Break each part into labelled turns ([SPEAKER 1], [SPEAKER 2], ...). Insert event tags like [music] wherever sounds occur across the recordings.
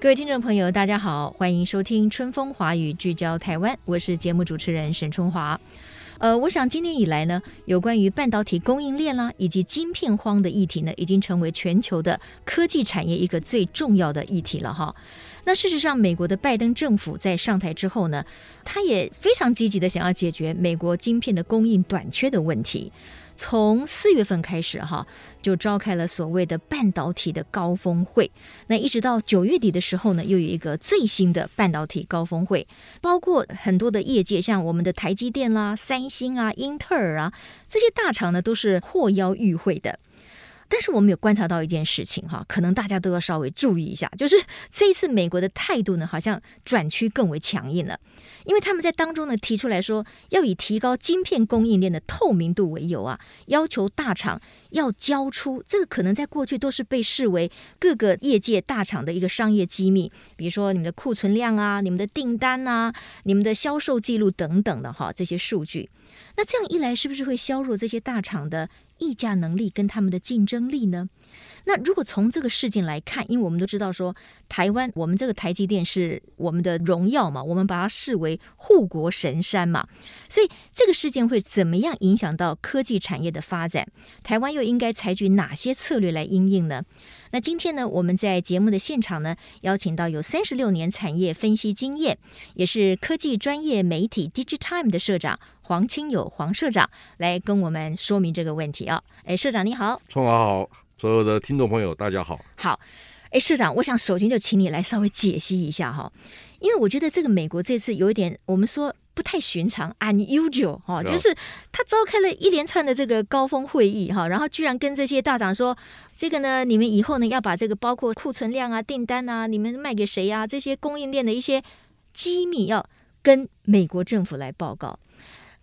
[SPEAKER 1] 各位听众朋友，大家好，欢迎收听《春风华语》，聚焦台湾，我是节目主持人沈春华。呃，我想今年以来呢，有关于半导体供应链啦，以及晶片荒的议题呢，已经成为全球的科技产业一个最重要的议题了哈。那事实上，美国的拜登政府在上台之后呢，他也非常积极的想要解决美国晶片的供应短缺的问题。从四月份开始哈，就召开了所谓的半导体的高峰会。那一直到九月底的时候呢，又有一个最新的半导体高峰会，包括很多的业界，像我们的台积电啦、三星啊、英特尔啊这些大厂呢，都是获邀与会的。但是我们有观察到一件事情哈，可能大家都要稍微注意一下，就是这一次美国的态度呢，好像转趋更为强硬了，因为他们在当中呢提出来说，要以提高晶片供应链的透明度为由啊，要求大厂要交出这个可能在过去都是被视为各个业界大厂的一个商业机密，比如说你们的库存量啊、你们的订单啊、你们的销售记录等等的哈这些数据。那这样一来，是不是会削弱这些大厂的议价能力跟他们的竞争力呢？那如果从这个事件来看，因为我们都知道说，台湾我们这个台积电是我们的荣耀嘛，我们把它视为护国神山嘛，所以这个事件会怎么样影响到科技产业的发展？台湾又应该采取哪些策略来应应呢？那今天呢，我们在节目的现场呢，邀请到有三十六年产业分析经验，也是科技专业媒体 Digitime 的社长黄清友黄社长来跟我们说明这个问题啊。哎，社长你好，
[SPEAKER 2] 春华好，所有的听众朋友大家好。
[SPEAKER 1] 好，哎，社长，我想首先就请你来稍微解析一下哈，因为我觉得这个美国这次有一点，我们说。不太寻常，unusual 哈、
[SPEAKER 2] 对啊
[SPEAKER 1] 就是他召开了一连串的这个高峰会议哈、然后居然跟这些大厂说，这个呢，你们以后呢要把这个包括库存量啊、订单啊、你们卖给谁啊这些供应链的一些机密要跟美国政府来报告。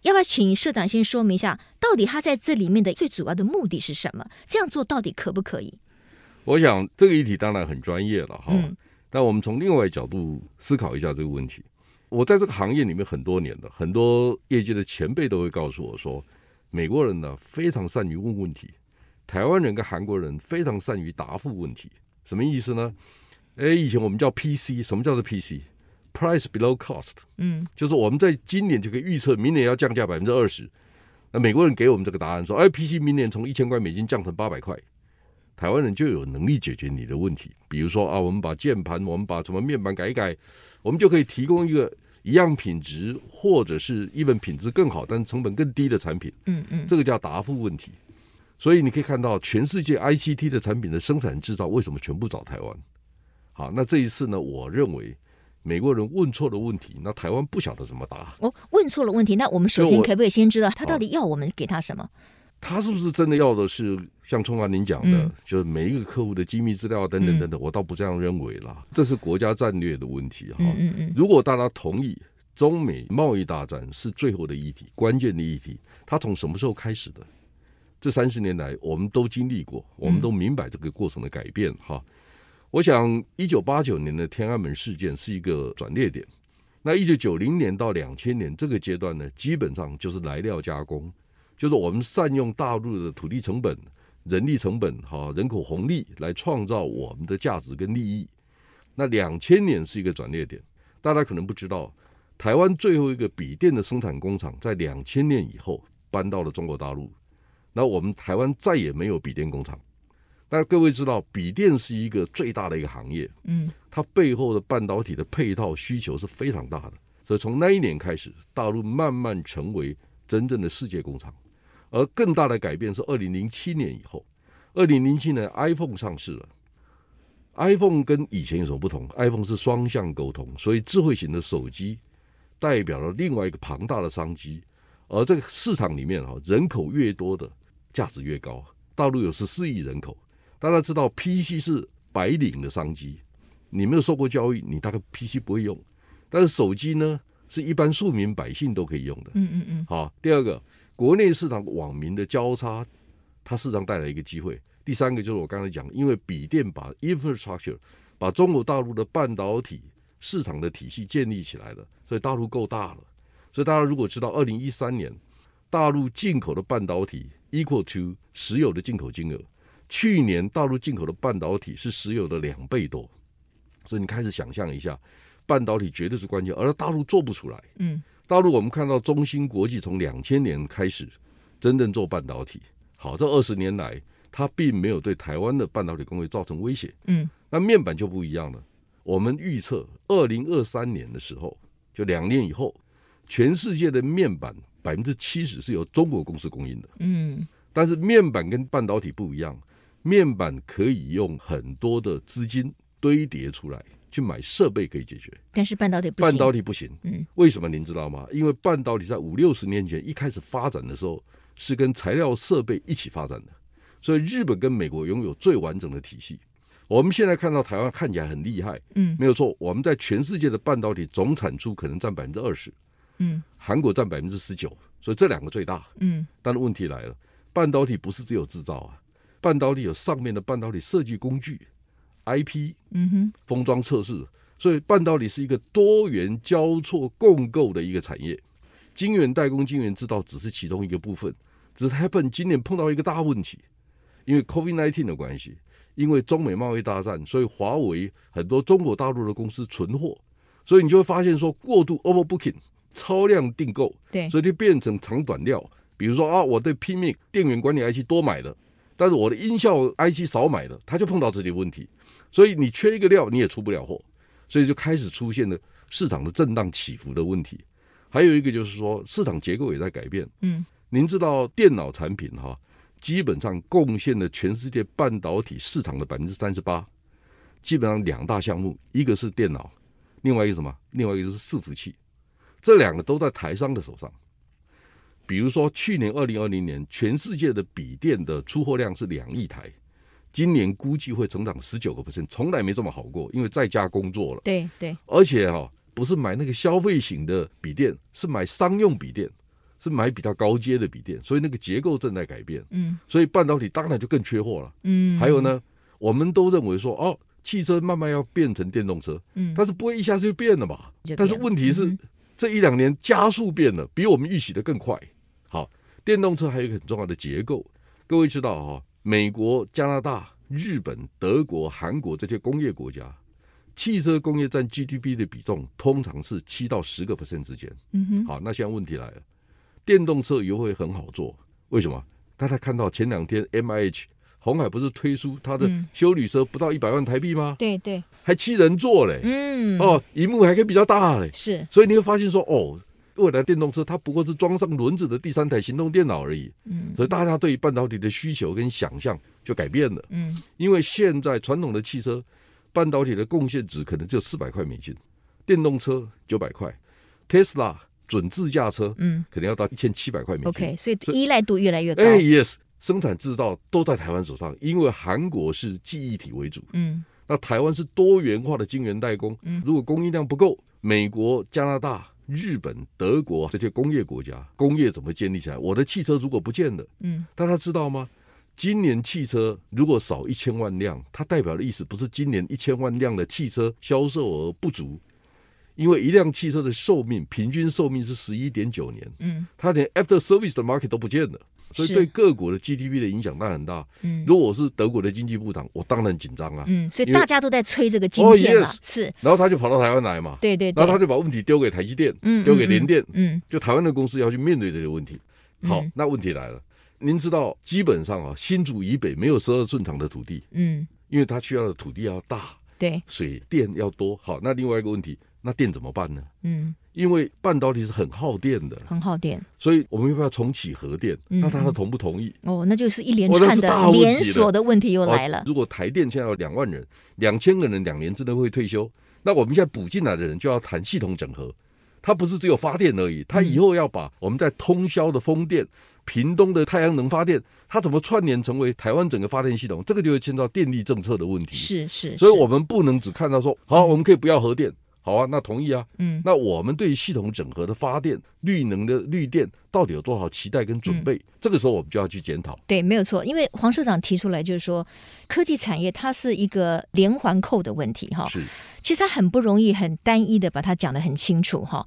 [SPEAKER 1] 要不要请社长先说明一下，到底他在这里面的最主要的目的是什么？这样做到底可不可以？
[SPEAKER 2] 我想这个议题当然很专业了哈，
[SPEAKER 1] 嗯
[SPEAKER 2] 但我们从另外角度思考一下这个问题。我在这个行业里面很多年了，很多业界的前辈都会告诉我说，美国人呢非常善于问问题，台湾人跟韩国人非常善于答复问题。什么意思呢？哎，以前我们叫 PC，什么叫做 PC？Price below cost，
[SPEAKER 1] 嗯，
[SPEAKER 2] 就是我们在今年就可以预测明年要降价百分之二十。那美国人给我们这个答案说，哎，PC 明年从一千块美金降成八百块，台湾人就有能力解决你的问题。比如说啊，我们把键盘，我们把什么面板改一改，我们就可以提供一个一样品质或者是一本品质更好，但是成本更低的产品。
[SPEAKER 1] 嗯嗯，
[SPEAKER 2] 这个叫答复问题。所以你可以看到，全世界 ICT 的产品的生产制造为什么全部找台湾？好，那这一次呢，我认为美国人问错了问题，那台湾不晓得怎么答。
[SPEAKER 1] 哦，问错了问题，那我们首先
[SPEAKER 2] 我
[SPEAKER 1] 可不可以先知道他到底要我们给他什么？
[SPEAKER 2] 他是不是真的要的是像春华您讲的，
[SPEAKER 1] 嗯
[SPEAKER 2] 就是每一个客户的机密资料等等等等？我倒不这样认为啦，这是国家战略的问题哈。
[SPEAKER 1] 嗯嗯嗯，
[SPEAKER 2] 如果大家同意，中美贸易大战是最后的议题，关键的议题，它从什么时候开始的？这三十年来，我们都经历过，我们都明白这个过程的改变哈。我想，一九八九年的天安门事件是一个转捩点。那一九九零年到两千年这个阶段呢，基本上就是来料加工，就是我们善用大陆的土地成本、人力成本、哈人口红利来创造我们的价值跟利益。那两千年是一个转捩点，大家可能不知道，台湾最后一个笔电的生产工厂在两千年以后搬到了中国大陆，那我们台湾再也没有笔电工厂。但各位知道，笔电是一个最大的一个行业，
[SPEAKER 1] 嗯，
[SPEAKER 2] 它背后的半导体的配套需求是非常大的，所以从那一年开始，大陆慢慢成为真正的世界工厂。而更大的改变是二零零七年以后，二零零七年 iPhone 上市了。iPhone 跟以前有什么不同？iPhone 是双向沟通，所以智慧型的手机代哦表了另外一个庞大的商机。而这个市场里面哈，人口越多的，价值越高。大陆有十四亿人口，大家知道 PC 是白领的商机，你没有受过教育，你大概 PC 不会用。但是手机呢，是一般庶民百姓都可以用的。
[SPEAKER 1] 嗯嗯嗯，
[SPEAKER 2] 好，第二个，国内市场网民的交叉，它市场带来一个机会。第三个就是我刚才讲，因为笔电把 infrastructure 把中国大陆的半导体市场的体系建立起来了，所以大陆够大了。所以大家如果知道，二零一三年大陆进口的半导体 equal to 石油的进口金额，去年大陆进口的半导体是石油的两倍多，所以你开始想象一下，半导体绝对是关键，而大陆做不出来。
[SPEAKER 1] 嗯，
[SPEAKER 2] 大陆我们看到中芯国际从两千年开始真正做半导体，好，这二十年来它并没有对台湾的半导体工业造成威胁。
[SPEAKER 1] 嗯，
[SPEAKER 2] 那面板就不一样了。我们预测二零二三年的时候，就两年以后，全世界的面板百分之七十是由中国公司供应的。
[SPEAKER 1] 嗯，
[SPEAKER 2] 但是面板跟半导体不一样，面板可以用很多的资金堆叠出来去买设备，可以解决。
[SPEAKER 1] 但是半导体不行，
[SPEAKER 2] 半导体不行，
[SPEAKER 1] 嗯，
[SPEAKER 2] 为什么您知道吗？因为半导体在五六十年前一开始发展的时候，是跟材料设备一起发展的，所以日本跟美国拥有最完整的体系。我们现在看到台湾看起来很厉害，
[SPEAKER 1] 嗯
[SPEAKER 2] 没有错，我们在全世界的半导体总产出可能占百分之二十，
[SPEAKER 1] 嗯
[SPEAKER 2] 韩国占百分之十九，所以这两个最大。
[SPEAKER 1] 嗯
[SPEAKER 2] 但是问题来了，半导体不是只有制造啊，半导体有上面的半导体设计工具、IP、
[SPEAKER 1] 嗯哼，
[SPEAKER 2] 封装测试，所以半导体是一个多元交错共构的一个产业。晶圆代工、晶圆制造只是其中一个部分，只是 Happen 今年碰到一个大问题，因为 COVID-19 的关系，因为中美贸易大战，所以华为很多中国大陆的公司存货，所以你就会发现说过度 overbooking 超量订购，
[SPEAKER 1] 对，
[SPEAKER 2] 所以就变成长短料。比如说啊，我对 PMIC 电源管理 IC 多买了，但是我的音效 IC 少买了，它就碰到这些问题。所以你缺一个料，你也出不了货，所以就开始出现了市场的震荡起伏的问题。还有一个就是说，市场结构也在改变。
[SPEAKER 1] 嗯
[SPEAKER 2] 您知道电脑产品哈、基本上贡献了全世界半导体市场的百分之三十八。基本上两大项目，一个是电脑，另外一个是什么？另外一个是伺服器，这两个都在台商的手上。比如说，去年二零二零年，全世界的笔电的出货量是两亿台，今年估计会成长十九个 percent，从来没这么好过，因为在家工作了。
[SPEAKER 1] 对对，
[SPEAKER 2] 而且哈、不是买那个消费型的笔电，是买商用笔电，是买比较高阶的笔电，所以那个结构正在改变，
[SPEAKER 1] 嗯
[SPEAKER 2] 所以半导体当然就更缺货了。
[SPEAKER 1] 嗯，
[SPEAKER 2] 还有，呢，我们都认为说，哦，汽车慢慢要变成电动车，
[SPEAKER 1] 嗯，
[SPEAKER 2] 但是不会一下子就变了嘛
[SPEAKER 1] 就变了。
[SPEAKER 2] 但是问题是，
[SPEAKER 1] 嗯
[SPEAKER 2] 这一两年加速变了，比我们预期的更快。好，电动车还有一个很重要的结构，各位知道哈、美国、加拿大、日本、德国、韩国这些工业国家，汽车工业占 GDP 的比重通常是七到十个 percent 之间。
[SPEAKER 1] 嗯哼，
[SPEAKER 2] 好，那现在问题来了，电动车也会很好做，为什么？大家看到前两天 M I H 红海不是推出它的
[SPEAKER 1] 嗯
[SPEAKER 2] 修理车不到一百万台币吗？
[SPEAKER 1] 对对，
[SPEAKER 2] 还七人座嘞，
[SPEAKER 1] 嗯，，
[SPEAKER 2] 哦，荧幕还可以比较大嘞，
[SPEAKER 1] 是，
[SPEAKER 2] 所以你会发现说，哦，未来电动车它不过是装上轮子的第三台行动电脑而已，
[SPEAKER 1] 嗯
[SPEAKER 2] 所以大家对于半导体的需求跟想象就改变了，
[SPEAKER 1] 嗯
[SPEAKER 2] 因为现在传统的汽车半导体的贡献值可能只有四百块美金，电动车九百块，Tesla 准自驾车
[SPEAKER 1] 嗯
[SPEAKER 2] 可能要到一千七百块美金。
[SPEAKER 1] ，OK，所以
[SPEAKER 2] 所以
[SPEAKER 1] 依赖度越来越高，
[SPEAKER 2] 哎，yes，生产制造都在台湾手上，因为韩国是记忆体为主，
[SPEAKER 1] 嗯
[SPEAKER 2] 那台湾是多元化的晶圆代工
[SPEAKER 1] 嗯，
[SPEAKER 2] 如果供应量不够，美国、加拿大、日本、德国这些工业国家，工业怎么建立起来？我的汽车如果不见了，
[SPEAKER 1] 嗯
[SPEAKER 2] 大家知道吗？今年汽车如果少一千万辆，它代表的意思不是今年一千万辆的汽车销售额不足，因为一辆汽车的寿命平均寿命是十一点九年，
[SPEAKER 1] 嗯
[SPEAKER 2] 它连 after service 的 market 都不见了，所以
[SPEAKER 1] 是
[SPEAKER 2] 对各国的 GDP 的影响当然很大。
[SPEAKER 1] 嗯
[SPEAKER 2] 如果我是德国的经济部长，我当然紧张啊。
[SPEAKER 1] 嗯，所以
[SPEAKER 2] 因为
[SPEAKER 1] 大家都在催这个晶
[SPEAKER 2] 哦
[SPEAKER 1] 片了
[SPEAKER 2] ，yes，
[SPEAKER 1] 是，
[SPEAKER 2] 然后他就跑到台湾来嘛，
[SPEAKER 1] 对对对
[SPEAKER 2] 然后，他就把问题丢给台积电，
[SPEAKER 1] 嗯，
[SPEAKER 2] 丢给联电，
[SPEAKER 1] 嗯，
[SPEAKER 2] 就台湾的公司要去面对这些问题。好
[SPEAKER 1] 嗯，
[SPEAKER 2] 那问题来了，您知道基本上啊，新竹以北没有十二寸长的土地，
[SPEAKER 1] 嗯嗯，
[SPEAKER 2] 因为它需要的土地要大，
[SPEAKER 1] 对，
[SPEAKER 2] 水电要多。好，那另外一个问题，那电怎么办呢？
[SPEAKER 1] 嗯，
[SPEAKER 2] 因为半导体是很耗电的，
[SPEAKER 1] 很耗电
[SPEAKER 2] 所以我们要不要重启核电？
[SPEAKER 1] 嗯
[SPEAKER 2] 那大家
[SPEAKER 1] 嗯
[SPEAKER 2] 同不同意？
[SPEAKER 1] 哦，那就是一连
[SPEAKER 2] 哦那
[SPEAKER 1] 串
[SPEAKER 2] 是
[SPEAKER 1] 的
[SPEAKER 2] 大问题
[SPEAKER 1] 连
[SPEAKER 2] 了
[SPEAKER 1] 锁的问题又来
[SPEAKER 2] 哦
[SPEAKER 1] 了，
[SPEAKER 2] 如果台电现在有两万人，两千个人两年之内会退休，那我们现在补进来的人就要谈系统整合。它不是只有发电而已，它以后要把我们在通宵的风电、屏东的太阳能发电，它怎么串联成为台湾整个发电系统？这个就会牵到电力政策的问题。
[SPEAKER 1] 是是，
[SPEAKER 2] 所以
[SPEAKER 1] 是
[SPEAKER 2] 我们不能只看到说，好，我们可以不要核电，好啊，那同意啊。
[SPEAKER 1] 嗯
[SPEAKER 2] 那我们对系统整合的发电、绿能的绿电到底有多少期待跟准
[SPEAKER 1] 嗯
[SPEAKER 2] 备？这个时候我们就要去检讨。
[SPEAKER 1] 对，没有错，因为黄社长提出来就是说，科技产业它是一个连环扣的问题哈。
[SPEAKER 2] 是
[SPEAKER 1] 其实它很不容易、很单一的把它讲得很清楚哈。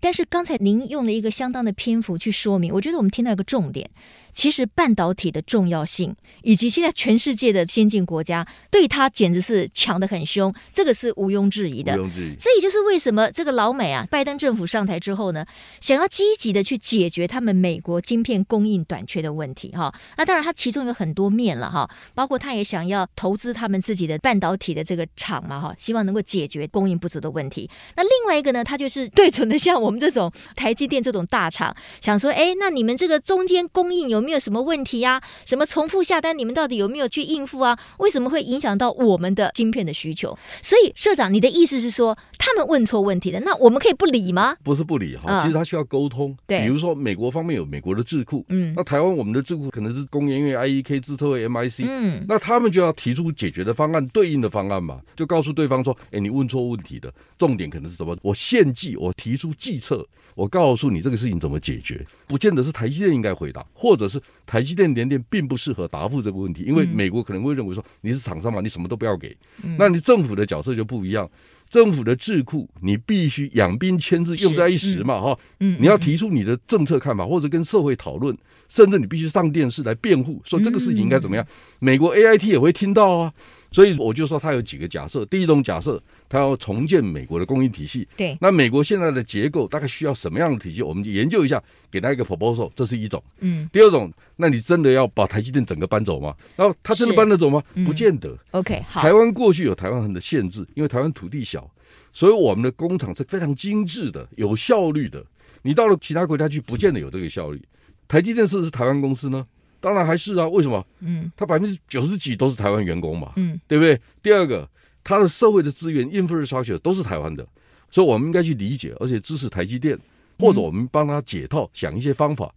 [SPEAKER 1] 但是刚才您用了一个相当的篇幅去说明，我觉得我们听到一个重点，其实半导体的重要性，以及现在全世界的先进国家对它简直是抢得很凶，这个是毋庸置疑
[SPEAKER 2] 毋
[SPEAKER 1] 的。
[SPEAKER 2] 庸置疑。
[SPEAKER 1] 这也就是为什么这个老美啊，拜登政府上台之后呢，想要积极的去解决他们美国晶片供应短缺的问题哈。那当然，它其中有很多面了哈，包括他也想要投资他们自己的半导体的这个厂嘛哈，希望能够解决供应不足的问题。那另外一个呢，它就是对准的像我们这种台积电这种大厂，想说，哎，那你们这个中间供应有没有什么问题呀、什么重复下单，你们到底有没有去应付啊？为什么会影响到我们的晶片的需求？所以社长，你的意思是说，他们问错问题了，那我们可以不理吗？
[SPEAKER 2] 不是不理
[SPEAKER 1] 嗯
[SPEAKER 2] 哈，其实它需要沟通。
[SPEAKER 1] 对
[SPEAKER 2] 比如说美国方面有美国的智库，
[SPEAKER 1] 嗯
[SPEAKER 2] 那台湾我们的智库可能是工研院、IEK、智特会、MIC，、
[SPEAKER 1] 嗯，
[SPEAKER 2] 那他们就要提出解决的方案，对应的方案嘛，就告诉对方说，哎，你问错问题的，重点可能是什么？我献计，我提出计策，我告诉你这个事情怎么解决，不见得是台积电应该回答，或者是台积电联电并不适合答复这个问题，
[SPEAKER 1] 嗯
[SPEAKER 2] 因为美国可能会认为说你是厂商嘛，你什么都不要给，那你政府的角色就不一样。政府的智库，你必须养兵千日，用在一时嘛，哈、
[SPEAKER 1] 嗯
[SPEAKER 2] 你要提出你的政策看法，或者跟社会讨论，甚至你必须上电视来辩护，说这个事情应该怎
[SPEAKER 1] 嗯
[SPEAKER 2] 么样。美国 A I T 也会听到啊，所以我就说它有几个假设。第一种假设，它要重建美国的供应体系。
[SPEAKER 1] 对，
[SPEAKER 2] 那美国现在的结构大概需要什么样的体系？我们研究一下，给他一个 proposal，这是一种。
[SPEAKER 1] 嗯
[SPEAKER 2] 第二种，那你真的要把台积电整个搬走吗？然后他真的
[SPEAKER 1] 是
[SPEAKER 2] 搬得走吗？
[SPEAKER 1] 嗯
[SPEAKER 2] 不见得。
[SPEAKER 1] ，OK，好
[SPEAKER 2] 台，湾过去有台湾人的限制，因为台湾土地小，所以我们的工厂是非常精致的、有效率的。你到了其他国家去，不见得有这个效率。台积电是不是台湾公司呢？当然还是啊，为什么？
[SPEAKER 1] 嗯
[SPEAKER 2] 它百分之九十几都是台湾员工嘛，
[SPEAKER 1] 嗯
[SPEAKER 2] 对不对？第二个，它的社会的资源 infrastructure 都是台湾的，所以我们应该去理解，而且支持台积
[SPEAKER 1] 嗯
[SPEAKER 2] 电，或者我们帮他解套，想一些方法，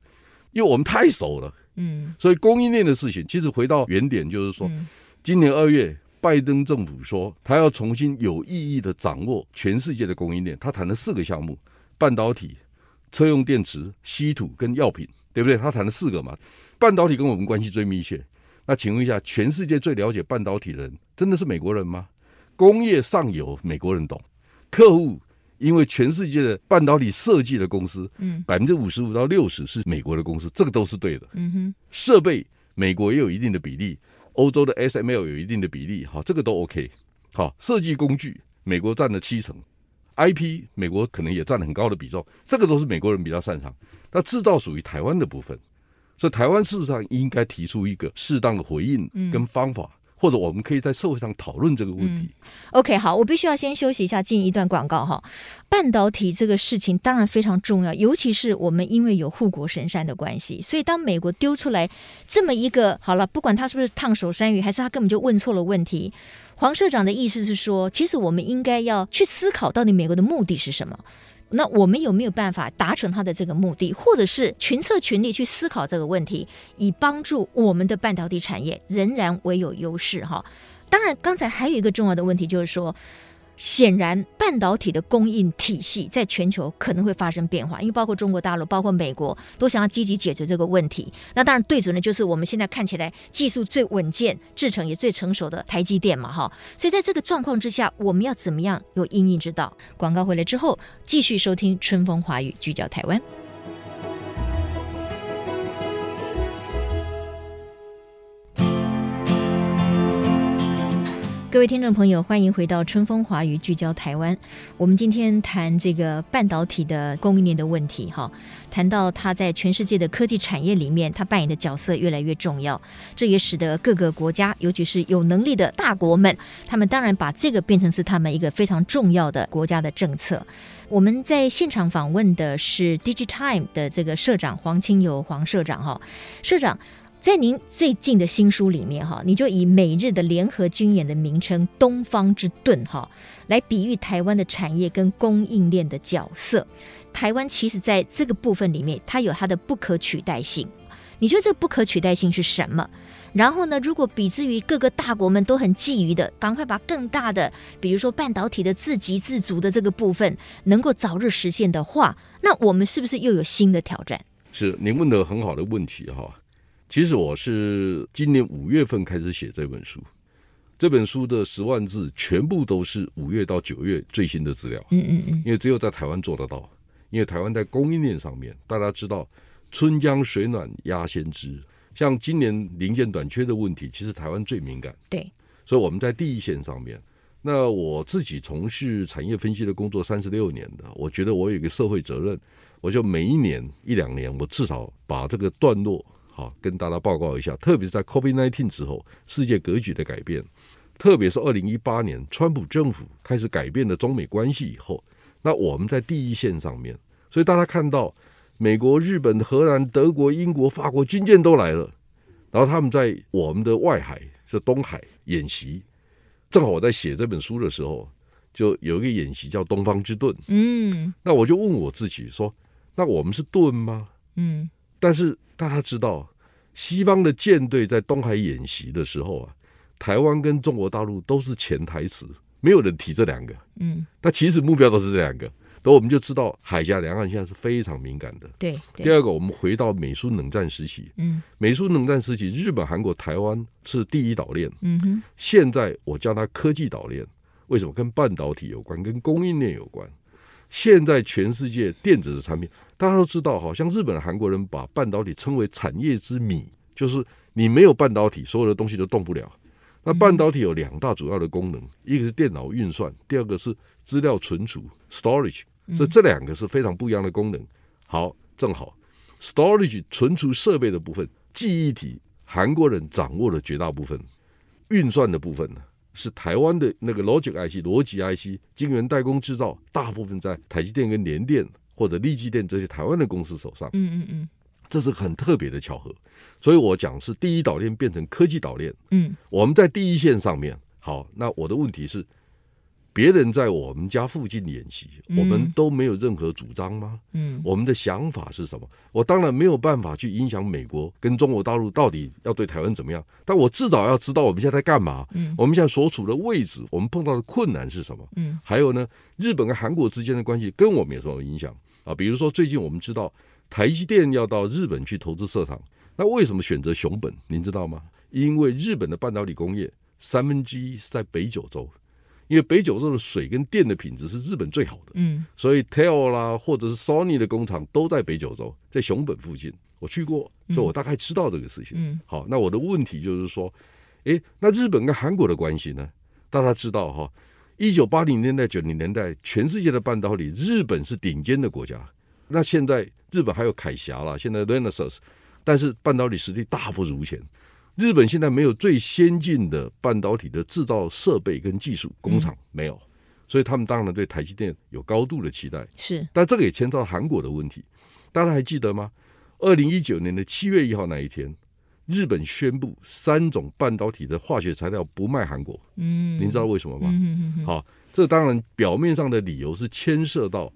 [SPEAKER 2] 因为我们太熟了。
[SPEAKER 1] 嗯
[SPEAKER 2] 所以供应链的事情，其实回到原点，就是说，
[SPEAKER 1] 嗯
[SPEAKER 2] 今年二月，拜登政府说他要重新有意义的掌握全世界的供应链。他谈了四个项目：半导体、车用电池、稀土跟药品，对不对？他谈了四个嘛。半导体跟我们关系最密切。那请问一下，全世界最了解半导体的人，真的是美国人吗？工业上游美国人懂，客户因为全世界的半导体设计的公司，
[SPEAKER 1] 嗯
[SPEAKER 2] 百分之五十五到六十是美国的公司，这个都是对的。
[SPEAKER 1] 嗯哼，
[SPEAKER 2] 设备美国也有一定的比例，欧洲的 SML 有一定的比例，好，这个都 OK。好，设计工具美国占了七成，IP 美国可能也占了很高的比重，这个都是美国人比较擅长。那制造属于台湾的部分，所以台湾事实上应该提出一个适当的回应跟方法，或者我们可以在社会上讨论这个问题。
[SPEAKER 1] OK，好，我必须要先休息一下，进一段广告哈。半导体这个事情当然非常重要，尤其是我们因为有护国神山的关系，所以当美国丢出来这么一个好了，不管他是不是烫手山芋，还是他根本就问错了问题。黄社长的意思是说，其实我们应该要去思考，到底美国的目的是什么。那我们有没有办法达成他的这个目的，或者是群策群力去思考这个问题，以帮助我们的半导体产业仍然为有优势哈？当然，刚才还有一个重要的问题就是说，显然半导体的供应体系在全球可能会发生变化，因为包括中国大陆、包括美国都想要积极解决这个问题。那当然对准的就是我们现在看起来技术最稳健、制程也最成熟的台积电嘛，哈。所以在这个状况之下，我们要怎么样有应应之道？广告回来之后，继续收听《春风华语》，聚焦台湾。各位听众朋友，欢迎回到《春风华语》，聚焦台湾。我们今天谈这个半导体的供应链的问题，哈，谈到它在全世界的科技产业里面，它扮演的角色越来越重要。这也使得各个国家，尤其是有能力的大国们，他们当然把这个变成是他们一个非常重要的国家的政策。我们在现场访问的是 DigiTime 的这个社长黄清友黄社长，哈，社长。在您最近的新书里面哈，你就以美日的联合军演的名称“东方之盾”哈，来比喻台湾的产业跟供应链的角色。台湾其实在这个部分里面，它有它的不可取代性。你觉得这个不可取代性是什么？然后呢，如果比之于各个大国们都很觊觎的，赶快把更大的，比如说半导体的自给自足的这个部分，能够早日实现的话，那我们是不是又有新的挑战？
[SPEAKER 2] 是您问的很好的问题哈。其实我是今年五月份开始写这本书，这本书的十万字全部都是五月到九月最新的资料，
[SPEAKER 1] 嗯嗯嗯，
[SPEAKER 2] 因为只有在台湾做得到，因为台湾在供应链上面，大家知道春江水暖鸭先知，像今年零件短缺的问题，其实台湾最敏感。
[SPEAKER 1] 对，
[SPEAKER 2] 所以我们在第一线上面。那我自己从事产业分析的工作三十六年的，我觉得我有一个社会责任，我就每一年一两年，我至少把这个段落好跟大家报告一下。特别是在 COVID-19 之后，世界格局的改变，特别是二零一八年川普政府开始改变了中美关系以后，那我们在第一线上面，所以大家看到美国、日本、荷兰、德国、英国、法国军舰都来了，然后他们在我们的外海是东海演习。正好我在写这本书的时候，就有一个演习叫“东方之盾
[SPEAKER 1] 嗯”，
[SPEAKER 2] 那我就问我自己说：那我们是盾吗？
[SPEAKER 1] 嗯，
[SPEAKER 2] 但是大家知道，西方的舰队在东海演习的时候啊，台湾跟中国大陆都是潜台词，没有人提这两个。
[SPEAKER 1] 嗯，
[SPEAKER 2] 但其实目标都是这两个，那我们就知道海峡两岸现在是非常敏感的。
[SPEAKER 1] 对
[SPEAKER 2] 第
[SPEAKER 1] 对，
[SPEAKER 2] 二个，我们回到美苏冷战时期，
[SPEAKER 1] 嗯
[SPEAKER 2] 美苏冷战时期，日本、韩国、台湾是第一岛链。
[SPEAKER 1] 嗯哼，
[SPEAKER 2] 现在我叫它科技岛链，为什么？跟半导体有关，跟供应链有关。现在全世界电子的产品，大家都知道，好像日本、韩国人把半导体称为产业之米，就是你没有半导体，所有的东西都动不了。那半导体有两大主要的功能，一个是电脑运算，第二个是资料存储 （storage），所以这两个是非常不一样的功能。好，正好 storage 存储设备的部分，记忆体韩国人掌握了绝大部分，运算的部分呢，是台湾的那个 Logic IC 逻辑 IC 晶圆代工制造，大部分在台积电跟联电或者力积电这些台湾的公司手上，
[SPEAKER 1] 嗯嗯嗯
[SPEAKER 2] 这是很特别的巧合。所以我讲是第一岛链变成科技岛链，
[SPEAKER 1] 嗯
[SPEAKER 2] 我们在第一线上面。好，那我的问题是，别人在我们家附近演习，
[SPEAKER 1] 嗯
[SPEAKER 2] 我们都没有任何主张吗？
[SPEAKER 1] 嗯
[SPEAKER 2] 我们的想法是什么？我当然没有办法去影响美国跟中国大陆到底要对台湾怎么样，但我至少要知道我们现在在干嘛，
[SPEAKER 1] 嗯
[SPEAKER 2] 我们现在所处的位置，我们碰到的困难是什么？
[SPEAKER 1] 嗯，
[SPEAKER 2] 还有呢，日本跟韩国之间的关系跟我们有什么影响啊？比如说最近我们知道台积电要到日本去投资设厂，那为什么选择熊本？您知道吗？因为日本的半导体工业三分之一是在北九州，因为北九州的水跟电的品质是日本最好的。
[SPEAKER 1] 嗯
[SPEAKER 2] 所以 Tel 啦，或者是 Sony 的工厂都在北九州，在熊本附近，我去过，所以我大概知道这个事情。
[SPEAKER 1] 嗯
[SPEAKER 2] 好，那我的问题就是说，诶，那日本跟韩国的关系呢？大家知道哈，一九八零年代、九零年代，全世界的半导体，日本是顶尖的国家。那现在日本还有凯霞啦，现在 Renesas，但是半导体实力大不如前。日本现在没有最先进的半导体的制造设备跟技术工厂，没有，所以他们当然对台积电有高度的期待。
[SPEAKER 1] 是，
[SPEAKER 2] 但这个也牵扯到韩国的问题。大家还记得吗？二零一九年的七月一号那一天，日本宣布三种半导体的化学材料不卖韩国。
[SPEAKER 1] 嗯，
[SPEAKER 2] 您知道为什么吗？
[SPEAKER 1] 嗯嗯嗯
[SPEAKER 2] 好，这当然表面上的理由是牵涉到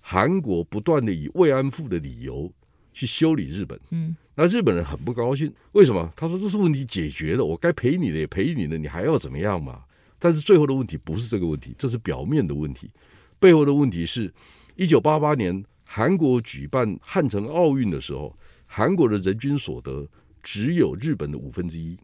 [SPEAKER 2] 韩国不断的以慰安妇的理由去修理日本。
[SPEAKER 1] 嗯，
[SPEAKER 2] 那日本人很不高兴，为什么？他说这是问题解决了，我该赔你的也赔你了，你还要怎么样嘛？但是最后的问题不是这个问题，这是表面的问题，背后的问题是，一九八八年韩国举办汉城奥运的时候，韩国的人均所得只有日本的五分之一。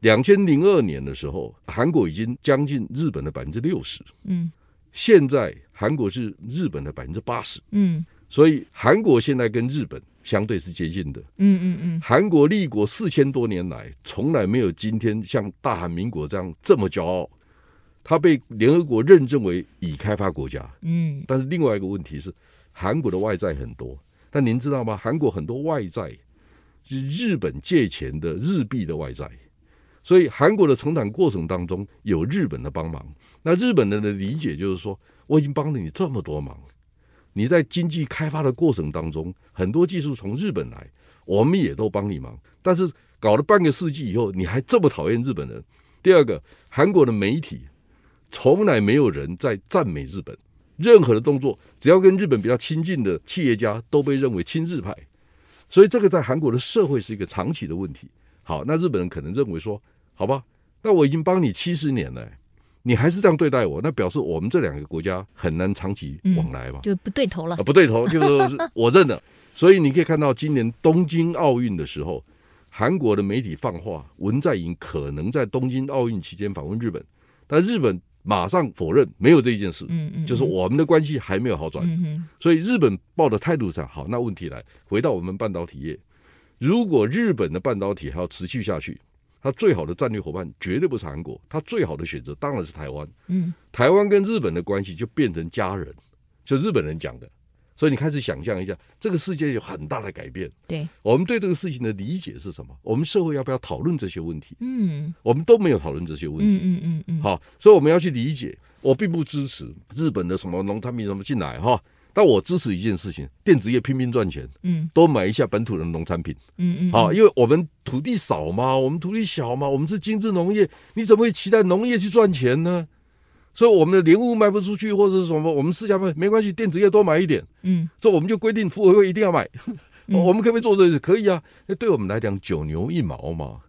[SPEAKER 2] 两千零二年的时候，韩国已经将近日本的百分之六十，
[SPEAKER 1] 嗯
[SPEAKER 2] 现在韩国是日本的百分之八十，
[SPEAKER 1] 嗯
[SPEAKER 2] 所以韩国现在跟日本相对是接近的。
[SPEAKER 1] 嗯嗯嗯
[SPEAKER 2] 韩国立国四千多年来，从来没有今天像大韩民国这样这么骄傲。它被联合国认证为已开发国家，
[SPEAKER 1] 嗯
[SPEAKER 2] 但是另外一个问题是，韩国的外债很多。但您知道吗？韩国很多外债是日本借钱的日币的外债，所以韩国的成长过程当中有日本的帮忙。那日本人的理解就是说，我已经帮了你这么多忙，你在经济开发的过程当中，很多技术从日本来，我们也都帮你忙。但是搞了半个世纪以后，你还这么讨厌日本人。第二个，韩国的媒体从来没有人在赞美日本，任何的动作，只要跟日本比较亲近的企业家都被认为亲日派，所以这个在韩国的社会是一个长期的问题。好，那日本人可能认为说，好吧，那我已经帮你七十年了，你还是这样对待我，那表示我们这两个国家很难长期往来嘛。
[SPEAKER 1] 就不对头了
[SPEAKER 2] 啊，。不对
[SPEAKER 1] [laughs]
[SPEAKER 2] 头，就是说是我认了。所以你可以看到，今年东京奥运的时候，韩国的媒体放话，文在寅可能在东京奥运期间访问日本，但日本马上否认没有这一件事，
[SPEAKER 1] 嗯嗯，
[SPEAKER 2] 就是我们的关系还没有好转。
[SPEAKER 1] 嗯嗯
[SPEAKER 2] 所以日本抱的态度上好，那问题来，回到我们半导体业，如果日本的半导体还要持续下去，它最好的战略伙伴绝对不是韩国，它最好的选择当然是台湾。
[SPEAKER 1] 嗯，
[SPEAKER 2] 台湾跟日本的关系就变成家人，就日本人讲的。所以你开始想象一下，这个世界有很大的改变。
[SPEAKER 1] 对，
[SPEAKER 2] 我们对这个事情的理解是什么？我们社会要不要讨论这些问题？
[SPEAKER 1] 嗯
[SPEAKER 2] 我们都没有讨论这些问题。
[SPEAKER 1] 嗯嗯嗯嗯，
[SPEAKER 2] 好，所以我们要去理解。我并不支持日本的什么农产品什么进来哈，但我支持一件事情：电子业拼命赚钱，
[SPEAKER 1] 嗯
[SPEAKER 2] 多买一下本土的农产品。
[SPEAKER 1] 嗯嗯，
[SPEAKER 2] 好，因为我们土地少嘛，我们土地小嘛，我们是精致农业，你怎么会期待农业去赚钱呢？所以我们的莲雾卖不出去或者是什么，我们私家卖没关系，电子业多买一点，
[SPEAKER 1] 嗯
[SPEAKER 2] 所以我们就规定妇委会一定要买。
[SPEAKER 1] 嗯
[SPEAKER 2] [laughs] 我们可不可以做这个？可以啊，那对我们来讲九牛一毛嘛。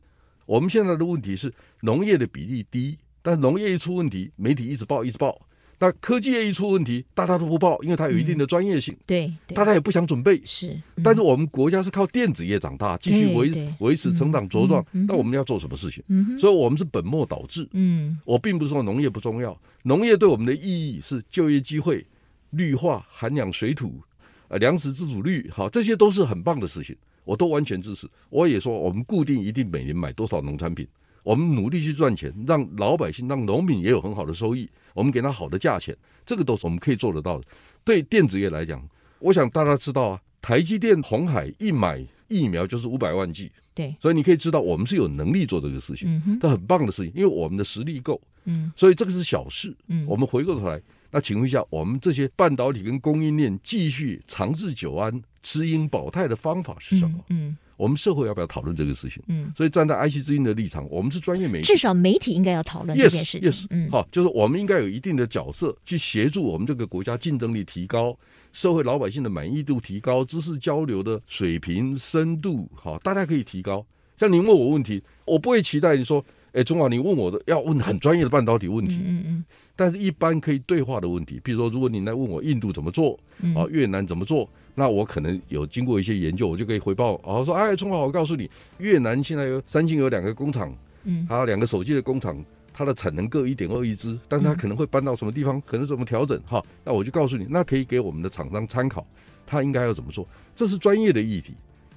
[SPEAKER 2] 我们现在的问题是农业的比例低，但农业一出问题，媒体一直报一直报；那科技业一出问题，大家都不报，因为它有一定的专业性，
[SPEAKER 1] 对嗯对
[SPEAKER 2] 大，家也不想准备。
[SPEAKER 1] 是，
[SPEAKER 2] 但是我们国家是靠电子业长大，继续
[SPEAKER 1] 嗯对对
[SPEAKER 2] 维维持成长茁壮
[SPEAKER 1] 嗯嗯嗯。
[SPEAKER 2] 那我们要做什么事情？
[SPEAKER 1] 嗯哼
[SPEAKER 2] 所以我们是本末倒置。
[SPEAKER 1] 嗯
[SPEAKER 2] 我并不是说农业不重要，农业对我们的意义是就业机会、绿化、涵养水土、呃粮食自主率，好，这些都是很棒的事情，我都完全支持。我也说我们固定一定每年买多少农产品，我们努力去赚钱，让老百姓、让农民也有很好的收益，我们给他好的价钱，这个都是我们可以做得到的。对电子业来讲，我想大家知道啊，台积电、红海一买疫苗就是五百万剂，
[SPEAKER 1] 对，
[SPEAKER 2] 所以你可以知道我们是有能力做这个事情。
[SPEAKER 1] 嗯哼
[SPEAKER 2] 这很棒的事情，因为我们的实力够，
[SPEAKER 1] 嗯
[SPEAKER 2] 所以这个是小事。
[SPEAKER 1] 嗯，
[SPEAKER 2] 我们回过头来，那请问一下，我们这些半导体跟供应链继续长治久安、持盈保泰的方法是什么？
[SPEAKER 1] 嗯
[SPEAKER 2] 我们社会要不要讨论这个事情？
[SPEAKER 1] 嗯，
[SPEAKER 2] 所以站在 IC 之音的立场，我们是专业媒体
[SPEAKER 1] 至。少媒体应该要讨论这件事
[SPEAKER 2] yes,
[SPEAKER 1] 情
[SPEAKER 2] yes,。
[SPEAKER 1] 嗯，
[SPEAKER 2] 好，就是我们应该有一定的角色去协助我们这个国家竞争力提高，社会老百姓的满意度提高，知识交流的水平深度，好，大家可以提高。像您问我问题，我不会期待你说，哎，钟华，你问我的要问很专业的半导体问题，
[SPEAKER 1] 嗯嗯
[SPEAKER 2] 但是一般可以对话的问题，比如说，如果你来问我印度怎么做，
[SPEAKER 1] 嗯，
[SPEAKER 2] 啊，越南怎么做？那我可能有经过一些研究，我就可以回报，啊，说，哎，钟华，我告诉你，越南现在有三星有两个工厂，
[SPEAKER 1] 嗯
[SPEAKER 2] 它两个手机的工厂，它的产能各一点二亿只，但它可能会搬到什么地方，可能怎么调整哈？那我就告诉你，那可以给我们的厂商参考，他应该要怎么做，这是专业的议题，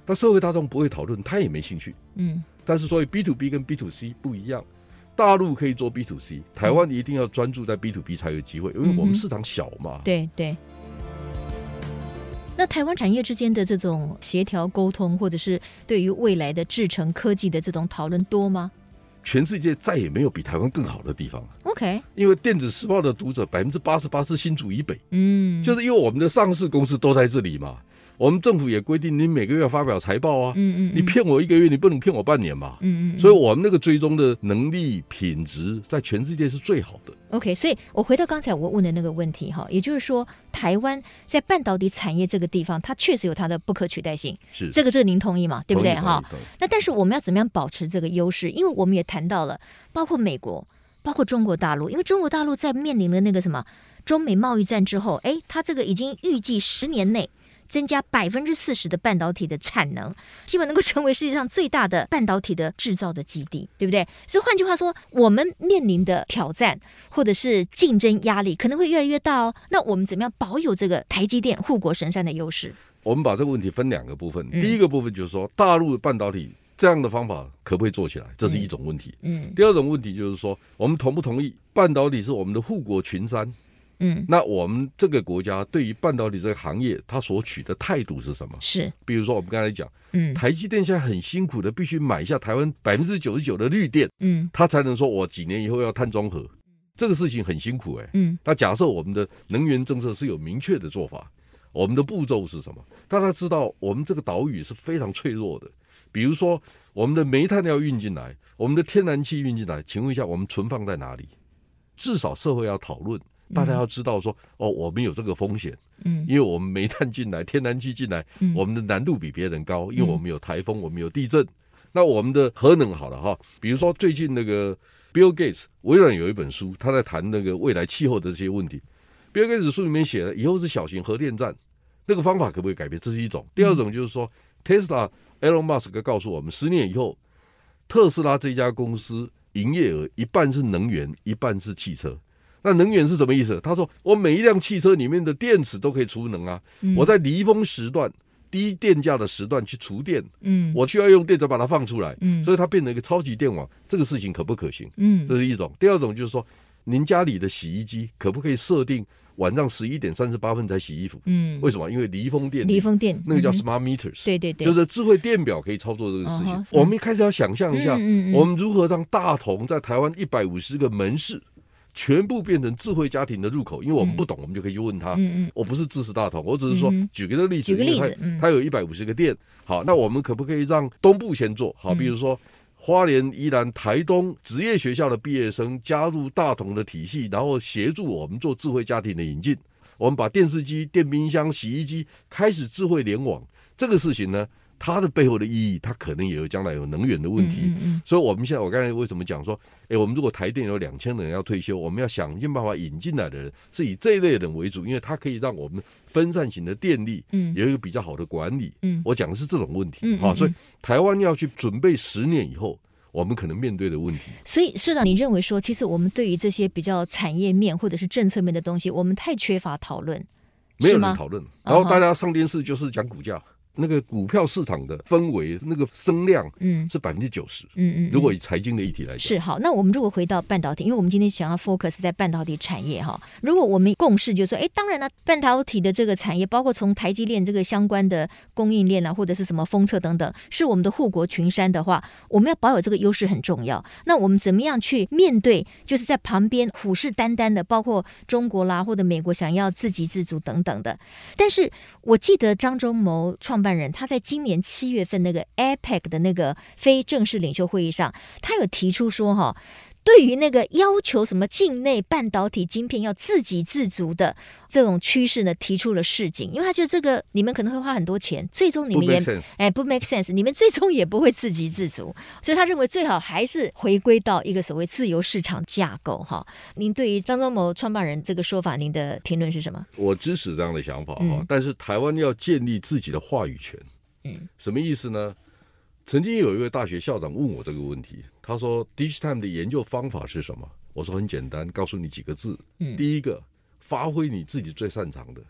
[SPEAKER 2] 那社会大众不会讨论，他也没兴趣。
[SPEAKER 1] 嗯
[SPEAKER 2] 但是所以 B to B 跟 B to C 不一样，大陆可以做 B to C，台湾一定要专注在 B to B 才有机会，因为我
[SPEAKER 1] 嗯哼
[SPEAKER 2] 们市场小嘛。
[SPEAKER 1] 对对。那台湾产业之间的这种协调沟通，或者是对于未来的制成科技的这种讨论多吗
[SPEAKER 2] 全世界再也没有比台湾更好的地方了，
[SPEAKER 1] ？OK，
[SPEAKER 2] 因为电子时报的读者百分之八十八是新竹以北。
[SPEAKER 1] 嗯，
[SPEAKER 2] 就是因为我们的上市公司都在这里嘛，我们政府也规定你每个月要发表财报啊，
[SPEAKER 1] 嗯嗯，
[SPEAKER 2] 你骗我一个月，你不能骗我半年吧？
[SPEAKER 1] 嗯嗯，
[SPEAKER 2] 所以，我们那个追踪的能力、品质，在全世界是最好的。
[SPEAKER 1] OK，所以我回到刚才我问的那个问题哈，也就是说，台湾在半导体产业这个地方，它确实有它的不可取代性，
[SPEAKER 2] 是
[SPEAKER 1] 这个这个您同意吗？对不对
[SPEAKER 2] 同意
[SPEAKER 1] 哈？？
[SPEAKER 2] 同意同意
[SPEAKER 1] 那但是我们要怎么样保持这个优势？因为我们也谈到了，包括美国，包括中国大陆，因为中国大陆在面临了那个什么中美贸易战之后，哎，它这个已经预计十年内。增加百分之四十的半导体的产能，基本能够成为世界上最大的半导体的制造的基地，对不对？所以换句话说，我们面临的挑战或者是竞争压力可能会越来越大哦。那我们怎么样保有这个台积电护国神山的优势？
[SPEAKER 2] 我们把这个问题分两个部分，
[SPEAKER 1] 嗯
[SPEAKER 2] 第一个部分就是说，大陆半导体这样的方法可不可以做起来，这是一种问题。
[SPEAKER 1] 嗯
[SPEAKER 2] 第二种问题就是说，我们同不同意半导体是我们的护国群山？
[SPEAKER 1] 嗯，
[SPEAKER 2] 那我们这个国家对于半导体这个行业，它所取的态度是什么？
[SPEAKER 1] 是，
[SPEAKER 2] 比如说，我们刚才讲。
[SPEAKER 1] 嗯
[SPEAKER 2] 台积电现在很辛苦的，必须买下台湾百分之九十九的绿电，
[SPEAKER 1] 嗯
[SPEAKER 2] 它才能说我几年以后要碳中和。这个事情很辛苦哎、
[SPEAKER 1] 嗯
[SPEAKER 2] 那假设我们的能源政策是有明确的做法，我们的步骤是什么？大家知道我们这个岛屿是非常脆弱的，比如说我们的煤炭要运进来，我们的天然气运进来，请问一下，我们存放在哪里？至少社会要讨论，大家要知道说，哦，我们有这个风险，
[SPEAKER 1] 嗯
[SPEAKER 2] 因为我们煤炭进来，天然气进来，
[SPEAKER 1] 嗯
[SPEAKER 2] 我们的难度比别人高，因为我们有台风，我们有地震。那我们的核能好了哈，比如说最近那个 Bill Gates，微软有一本书，他在谈那个未来气候的这些问题。Bill Gates 书里面写了，以后是小型核电站，那个方法可不可以改变？这是一种。第二种就是说，Tesla Elon Musk 告诉我们，十年以后，特斯拉这家公司营业额一半是能源，一半是汽车。那能源是什么意思？他说，我每一辆汽车里面的电池都可以储能啊，
[SPEAKER 1] 嗯
[SPEAKER 2] 我在离峰时段、低电价的时段去除电，
[SPEAKER 1] 嗯
[SPEAKER 2] 我需要用电再把它放出来，
[SPEAKER 1] 嗯
[SPEAKER 2] 所以它变成一个超级电网。这个事情可不可行？
[SPEAKER 1] 嗯
[SPEAKER 2] 这是一种。第二种就是说，您家里的洗衣机可不可以设定晚上十一点三十八分才洗衣服？
[SPEAKER 1] 嗯，
[SPEAKER 2] 为什么？因为离峰电力
[SPEAKER 1] 离风电
[SPEAKER 2] 那个叫
[SPEAKER 1] 嗯哼
[SPEAKER 2] smart meters，、
[SPEAKER 1] 对对对，
[SPEAKER 2] 就是智慧电表可以操作这个事情。
[SPEAKER 1] 嗯哼
[SPEAKER 2] 我们一开始要想象一下，
[SPEAKER 1] 嗯嗯嗯
[SPEAKER 2] 我们如何让大同在台湾一百五十个门市全部变成智慧家庭的入口？因为我们不懂，我们就可以去问他。
[SPEAKER 1] 嗯嗯
[SPEAKER 2] 我不是支持大同，我只是说
[SPEAKER 1] 嗯哼
[SPEAKER 2] 举个例子，
[SPEAKER 1] 举个例子
[SPEAKER 2] 因为它
[SPEAKER 1] 嗯
[SPEAKER 2] 它有一百五十个店。好，那我们可不可以让东部先做？好，
[SPEAKER 1] 嗯
[SPEAKER 2] 比如说。花莲、宜兰、台东职业学校的毕业生加入大同的体系，然后协助我们做智慧家庭的引进。我们把电视机、电冰箱、洗衣机开始智慧联网，这个事情呢，它的背后的意义，它可能也有将来有能源的问题。
[SPEAKER 1] 嗯嗯嗯
[SPEAKER 2] 所以，我们现在我刚才为什么讲说，诶，我们如果台电有两千人要退休，我们要想尽办法引进来的人是以这一类人为主，因为它可以让我们分散型的电力
[SPEAKER 1] 嗯
[SPEAKER 2] 有一个比较好的管理。
[SPEAKER 1] 嗯
[SPEAKER 2] 我讲的是这种问题
[SPEAKER 1] 嗯
[SPEAKER 2] 哈、
[SPEAKER 1] 嗯
[SPEAKER 2] 所以台湾要去准备十年以后我们可能面对的问题。
[SPEAKER 1] 所以社长，你认为说，其实我们对于这些比较产业面或者是政策面的东西，我们太缺乏讨论，
[SPEAKER 2] 没有
[SPEAKER 1] 是吗嗯
[SPEAKER 2] 人讨论，然后
[SPEAKER 1] 哈
[SPEAKER 2] 大家上电视就是讲股价，那个股票市场的氛围，那个声量
[SPEAKER 1] 嗯
[SPEAKER 2] 是百分之九十。
[SPEAKER 1] 嗯嗯，
[SPEAKER 2] 如果
[SPEAKER 1] 嗯
[SPEAKER 2] 以财经的议题来讲，
[SPEAKER 1] 是好，那我们如果回到半导体，因为我们今天想要 focus 在半导体产业哈。如果我们共识就是说，哎，当然了，半导体的这个产业，包括从台积链这个相关的供应链啊，或者是什么封测等等，是我们的护国群山的话，我们要保有这个优势很重要。那我们怎么样去面对，就是在旁边虎视眈眈的，包括中国啦或者美国想要自给自足等等的。但是我记得张忠谋创办人他在今年七月份那个 APEC 的那个非正式领袖会议上，他有提出说哈。对于那个要求什么境内半导体晶片要自给自足的这种趋势呢，提出了市井，因为他觉得这个你们可能会花很多钱，最终你
[SPEAKER 2] 不
[SPEAKER 1] 们也
[SPEAKER 2] make sense。
[SPEAKER 1] 哎，不 make sense，你们最终也不会自给自足，所以他认为最好还是回归到一个所谓自由市场架构哈。您对于张忠谋创办人这个说法，您的评论是什么？
[SPEAKER 2] 我支持这样的想法哈
[SPEAKER 1] 嗯，
[SPEAKER 2] 但是台湾要建立自己的话语权。
[SPEAKER 1] 嗯，
[SPEAKER 2] 什么意思呢？曾经有一位大学校长问我这个问题，他说 “Digitime” 的研究方法是什么？我说很简单，告诉你几个字。
[SPEAKER 1] 嗯
[SPEAKER 2] 第一个，发挥你自己最擅长的；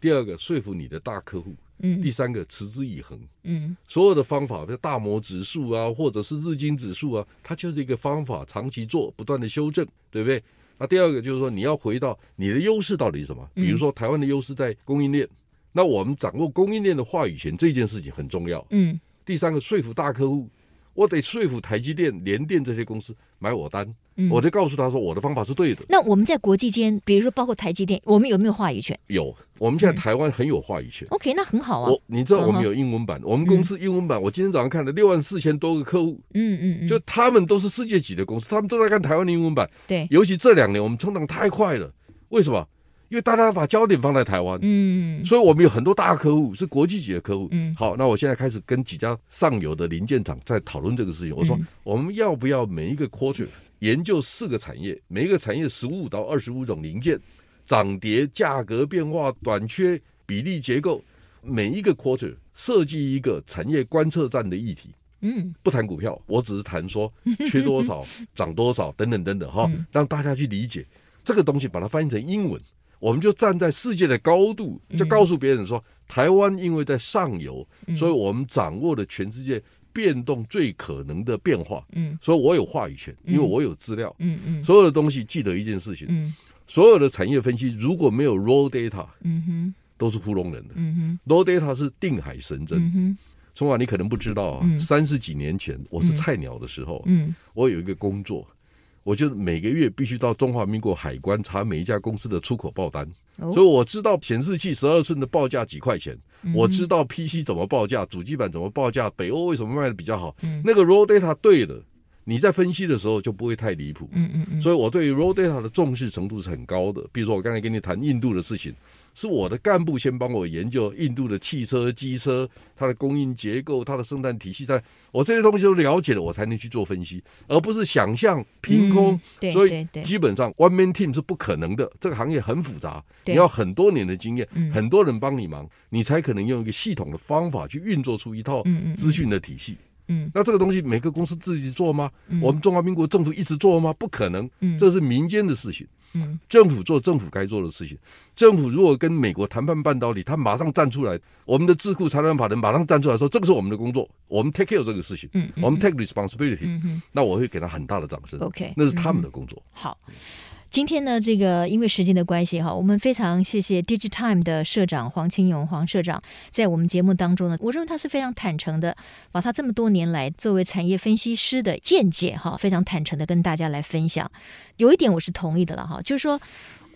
[SPEAKER 2] 第二个，说服你的大客户；第
[SPEAKER 1] 嗯
[SPEAKER 2] 三个，持之以恒。
[SPEAKER 1] 嗯
[SPEAKER 2] 所有的方法，比如大摩指数啊，或者是日经指数啊，它就是一个方法，长期做，不断的修正，对不对？那第二个就是说，你要回到你的优势到底是什么？
[SPEAKER 1] 嗯
[SPEAKER 2] 比如说台湾的优势在供应链，那我们掌握供应链的话语权这件事情很重要。
[SPEAKER 1] 嗯
[SPEAKER 2] 第三个，说服大客户，我得说服台积电、联电这些公司买我单，
[SPEAKER 1] 嗯。
[SPEAKER 2] 我就告诉他说我的方法是对的。
[SPEAKER 1] 那我们在国际间，比如说包括台积电，我们有没有话语权
[SPEAKER 2] 有，我们现在台湾很有话语权。
[SPEAKER 1] ？OK，那很好啊。
[SPEAKER 2] 我你知道我
[SPEAKER 1] 嗯
[SPEAKER 2] 们
[SPEAKER 1] 哼
[SPEAKER 2] 有英文版，我们公司英文版，我今天早上看了六万四千多个客户，
[SPEAKER 1] 嗯嗯嗯，
[SPEAKER 2] 就他们都是世界级的公司，他们都在看台湾的英文版。
[SPEAKER 1] 对，
[SPEAKER 2] 尤其这两年我们成长太快了，为什么？因为大家把焦点放在台湾，
[SPEAKER 1] 嗯
[SPEAKER 2] 所以我们有很多大客户是国际级的客户。
[SPEAKER 1] 嗯
[SPEAKER 2] 好，那我现在开始跟几家上游的零件厂在讨论这个事情。我说
[SPEAKER 1] 嗯，
[SPEAKER 2] 我们要不要每一个 quarter 研究四个产业，每一个产业十五到二十五种零件，涨跌、价格变化、短缺、比例结构，每一个 quarter 设计一个产业观测站的议题。
[SPEAKER 1] 嗯
[SPEAKER 2] 不谈股
[SPEAKER 1] [laughs]
[SPEAKER 2] 票，我只是谈说缺多少、涨多少等等等等哈
[SPEAKER 1] 嗯，
[SPEAKER 2] 让大家去理解这个东西，把它翻译成英文，我们就站在世界的高度，
[SPEAKER 1] 嗯
[SPEAKER 2] 就告诉别人说，台湾因为在上游，所以我们掌握了全世界变动最可能的变化，
[SPEAKER 1] 嗯
[SPEAKER 2] 所以我有话语权，因为我有资料。
[SPEAKER 1] 嗯嗯
[SPEAKER 2] 所有的东西记得一件事情，
[SPEAKER 1] 嗯
[SPEAKER 2] 所有的产业分析如果没有 raw data，
[SPEAKER 1] 嗯哼
[SPEAKER 2] 都是糊弄人的。
[SPEAKER 1] 嗯哼
[SPEAKER 2] raw data 是定海神针
[SPEAKER 1] 嗯。哼
[SPEAKER 2] 春华，你可能不知道啊
[SPEAKER 1] 嗯，
[SPEAKER 2] 三十几年前我是菜鸟的时候，
[SPEAKER 1] 嗯
[SPEAKER 2] 我有一个工作，我就每个月必须到中华民国海关查每一家公司的出口报单，
[SPEAKER 1] 哦
[SPEAKER 2] 所以我知道显示器十二寸的报价几块钱，
[SPEAKER 1] 嗯
[SPEAKER 2] 我知道 PC 怎么报价，主机板怎么报价，北欧为什么卖的比较好，
[SPEAKER 1] 嗯
[SPEAKER 2] 那个 raw data 对了，你在分析的时候就不会太离谱。
[SPEAKER 1] 嗯嗯嗯，
[SPEAKER 2] 所以我对 raw data 的重视程度是很高的。比如说我刚才跟你谈印度的事情，是我的干部先帮我研究印度的汽车、机车、它的供应结构、它的生态体系，但我这些东西都了解了，我才能去做分析，而不是想象凭空。
[SPEAKER 1] 嗯对
[SPEAKER 2] 所
[SPEAKER 1] 对
[SPEAKER 2] 以
[SPEAKER 1] 对，
[SPEAKER 2] 基本上 one man team 是不可能的，这个行业很复杂，
[SPEAKER 1] 对
[SPEAKER 2] 你要很多年的经验
[SPEAKER 1] 嗯，
[SPEAKER 2] 很多人帮你忙，你才可能用一个系统的方法去运作出一套
[SPEAKER 1] 嗯嗯嗯
[SPEAKER 2] 资讯的体系。
[SPEAKER 1] 嗯
[SPEAKER 2] 那这个东西每个公司自己做吗？
[SPEAKER 1] 嗯
[SPEAKER 2] 我们中华民国政府一直做吗？不可能，
[SPEAKER 1] 嗯
[SPEAKER 2] 这是民间的事情。
[SPEAKER 1] 嗯
[SPEAKER 2] 政府做政府该做的事情。政府如果跟美国谈判半导体，他马上站出来，我们的智库裁判法人马上站出来说，这个是我们的工作，我们 take care 这个事情，
[SPEAKER 1] 嗯嗯
[SPEAKER 2] 我们 take responsibility、
[SPEAKER 1] 嗯哼，
[SPEAKER 2] 那我会给他很大的掌声。
[SPEAKER 1] OK，嗯
[SPEAKER 2] 那是他们的工作。
[SPEAKER 1] 好。今天呢，这个因为时间的关系哈，我们非常谢谢 DigiTime 的社长黄清勇黄社长，在我们节目当中呢，我认为他是非常坦诚的，把他这么多年来作为产业分析师的见解哈，非常坦诚的跟大家来分享。有一点我是同意的了哈，就是说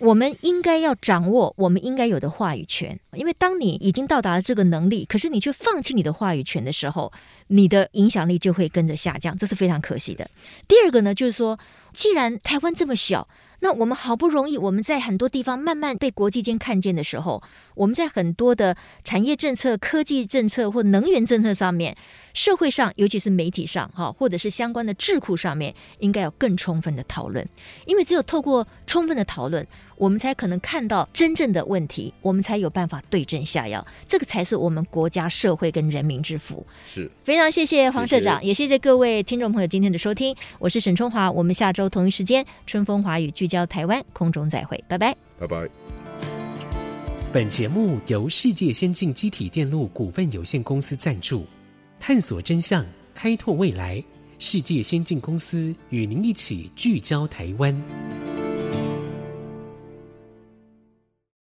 [SPEAKER 1] 我们应该要掌握我们应该有的话语权，因为当你已经到达了这个能力，可是你却放弃你的话语权的时候，你的影响力就会跟着下降，这是非常可惜的。第二个呢，就是说，既然台湾这么小，那我们好不容易我们在很多地方慢慢被国际间看见的时候，我们在很多的产业政策、科技政策或能源政策上面，社会上尤其是媒体上哈，或者是相关的智库上面，应该有更充分的讨论，因为只有透过充分的讨论，我们才可能看到真正的问题，我们才有办法对症下药，这个才是我们国家、社会跟人民之福。
[SPEAKER 2] 是，
[SPEAKER 1] 非常谢谢黄社长，
[SPEAKER 2] 谢
[SPEAKER 1] 也谢谢各位听众朋友今天的收听，我是沈春华，我们下周同一时间春风华语聚焦台湾空中再会，拜拜。
[SPEAKER 2] 拜拜。
[SPEAKER 3] 本节目由世界先进机体电路股份有限公司赞助，探索真相，开拓未来。世界先进公司与您一起聚焦台湾。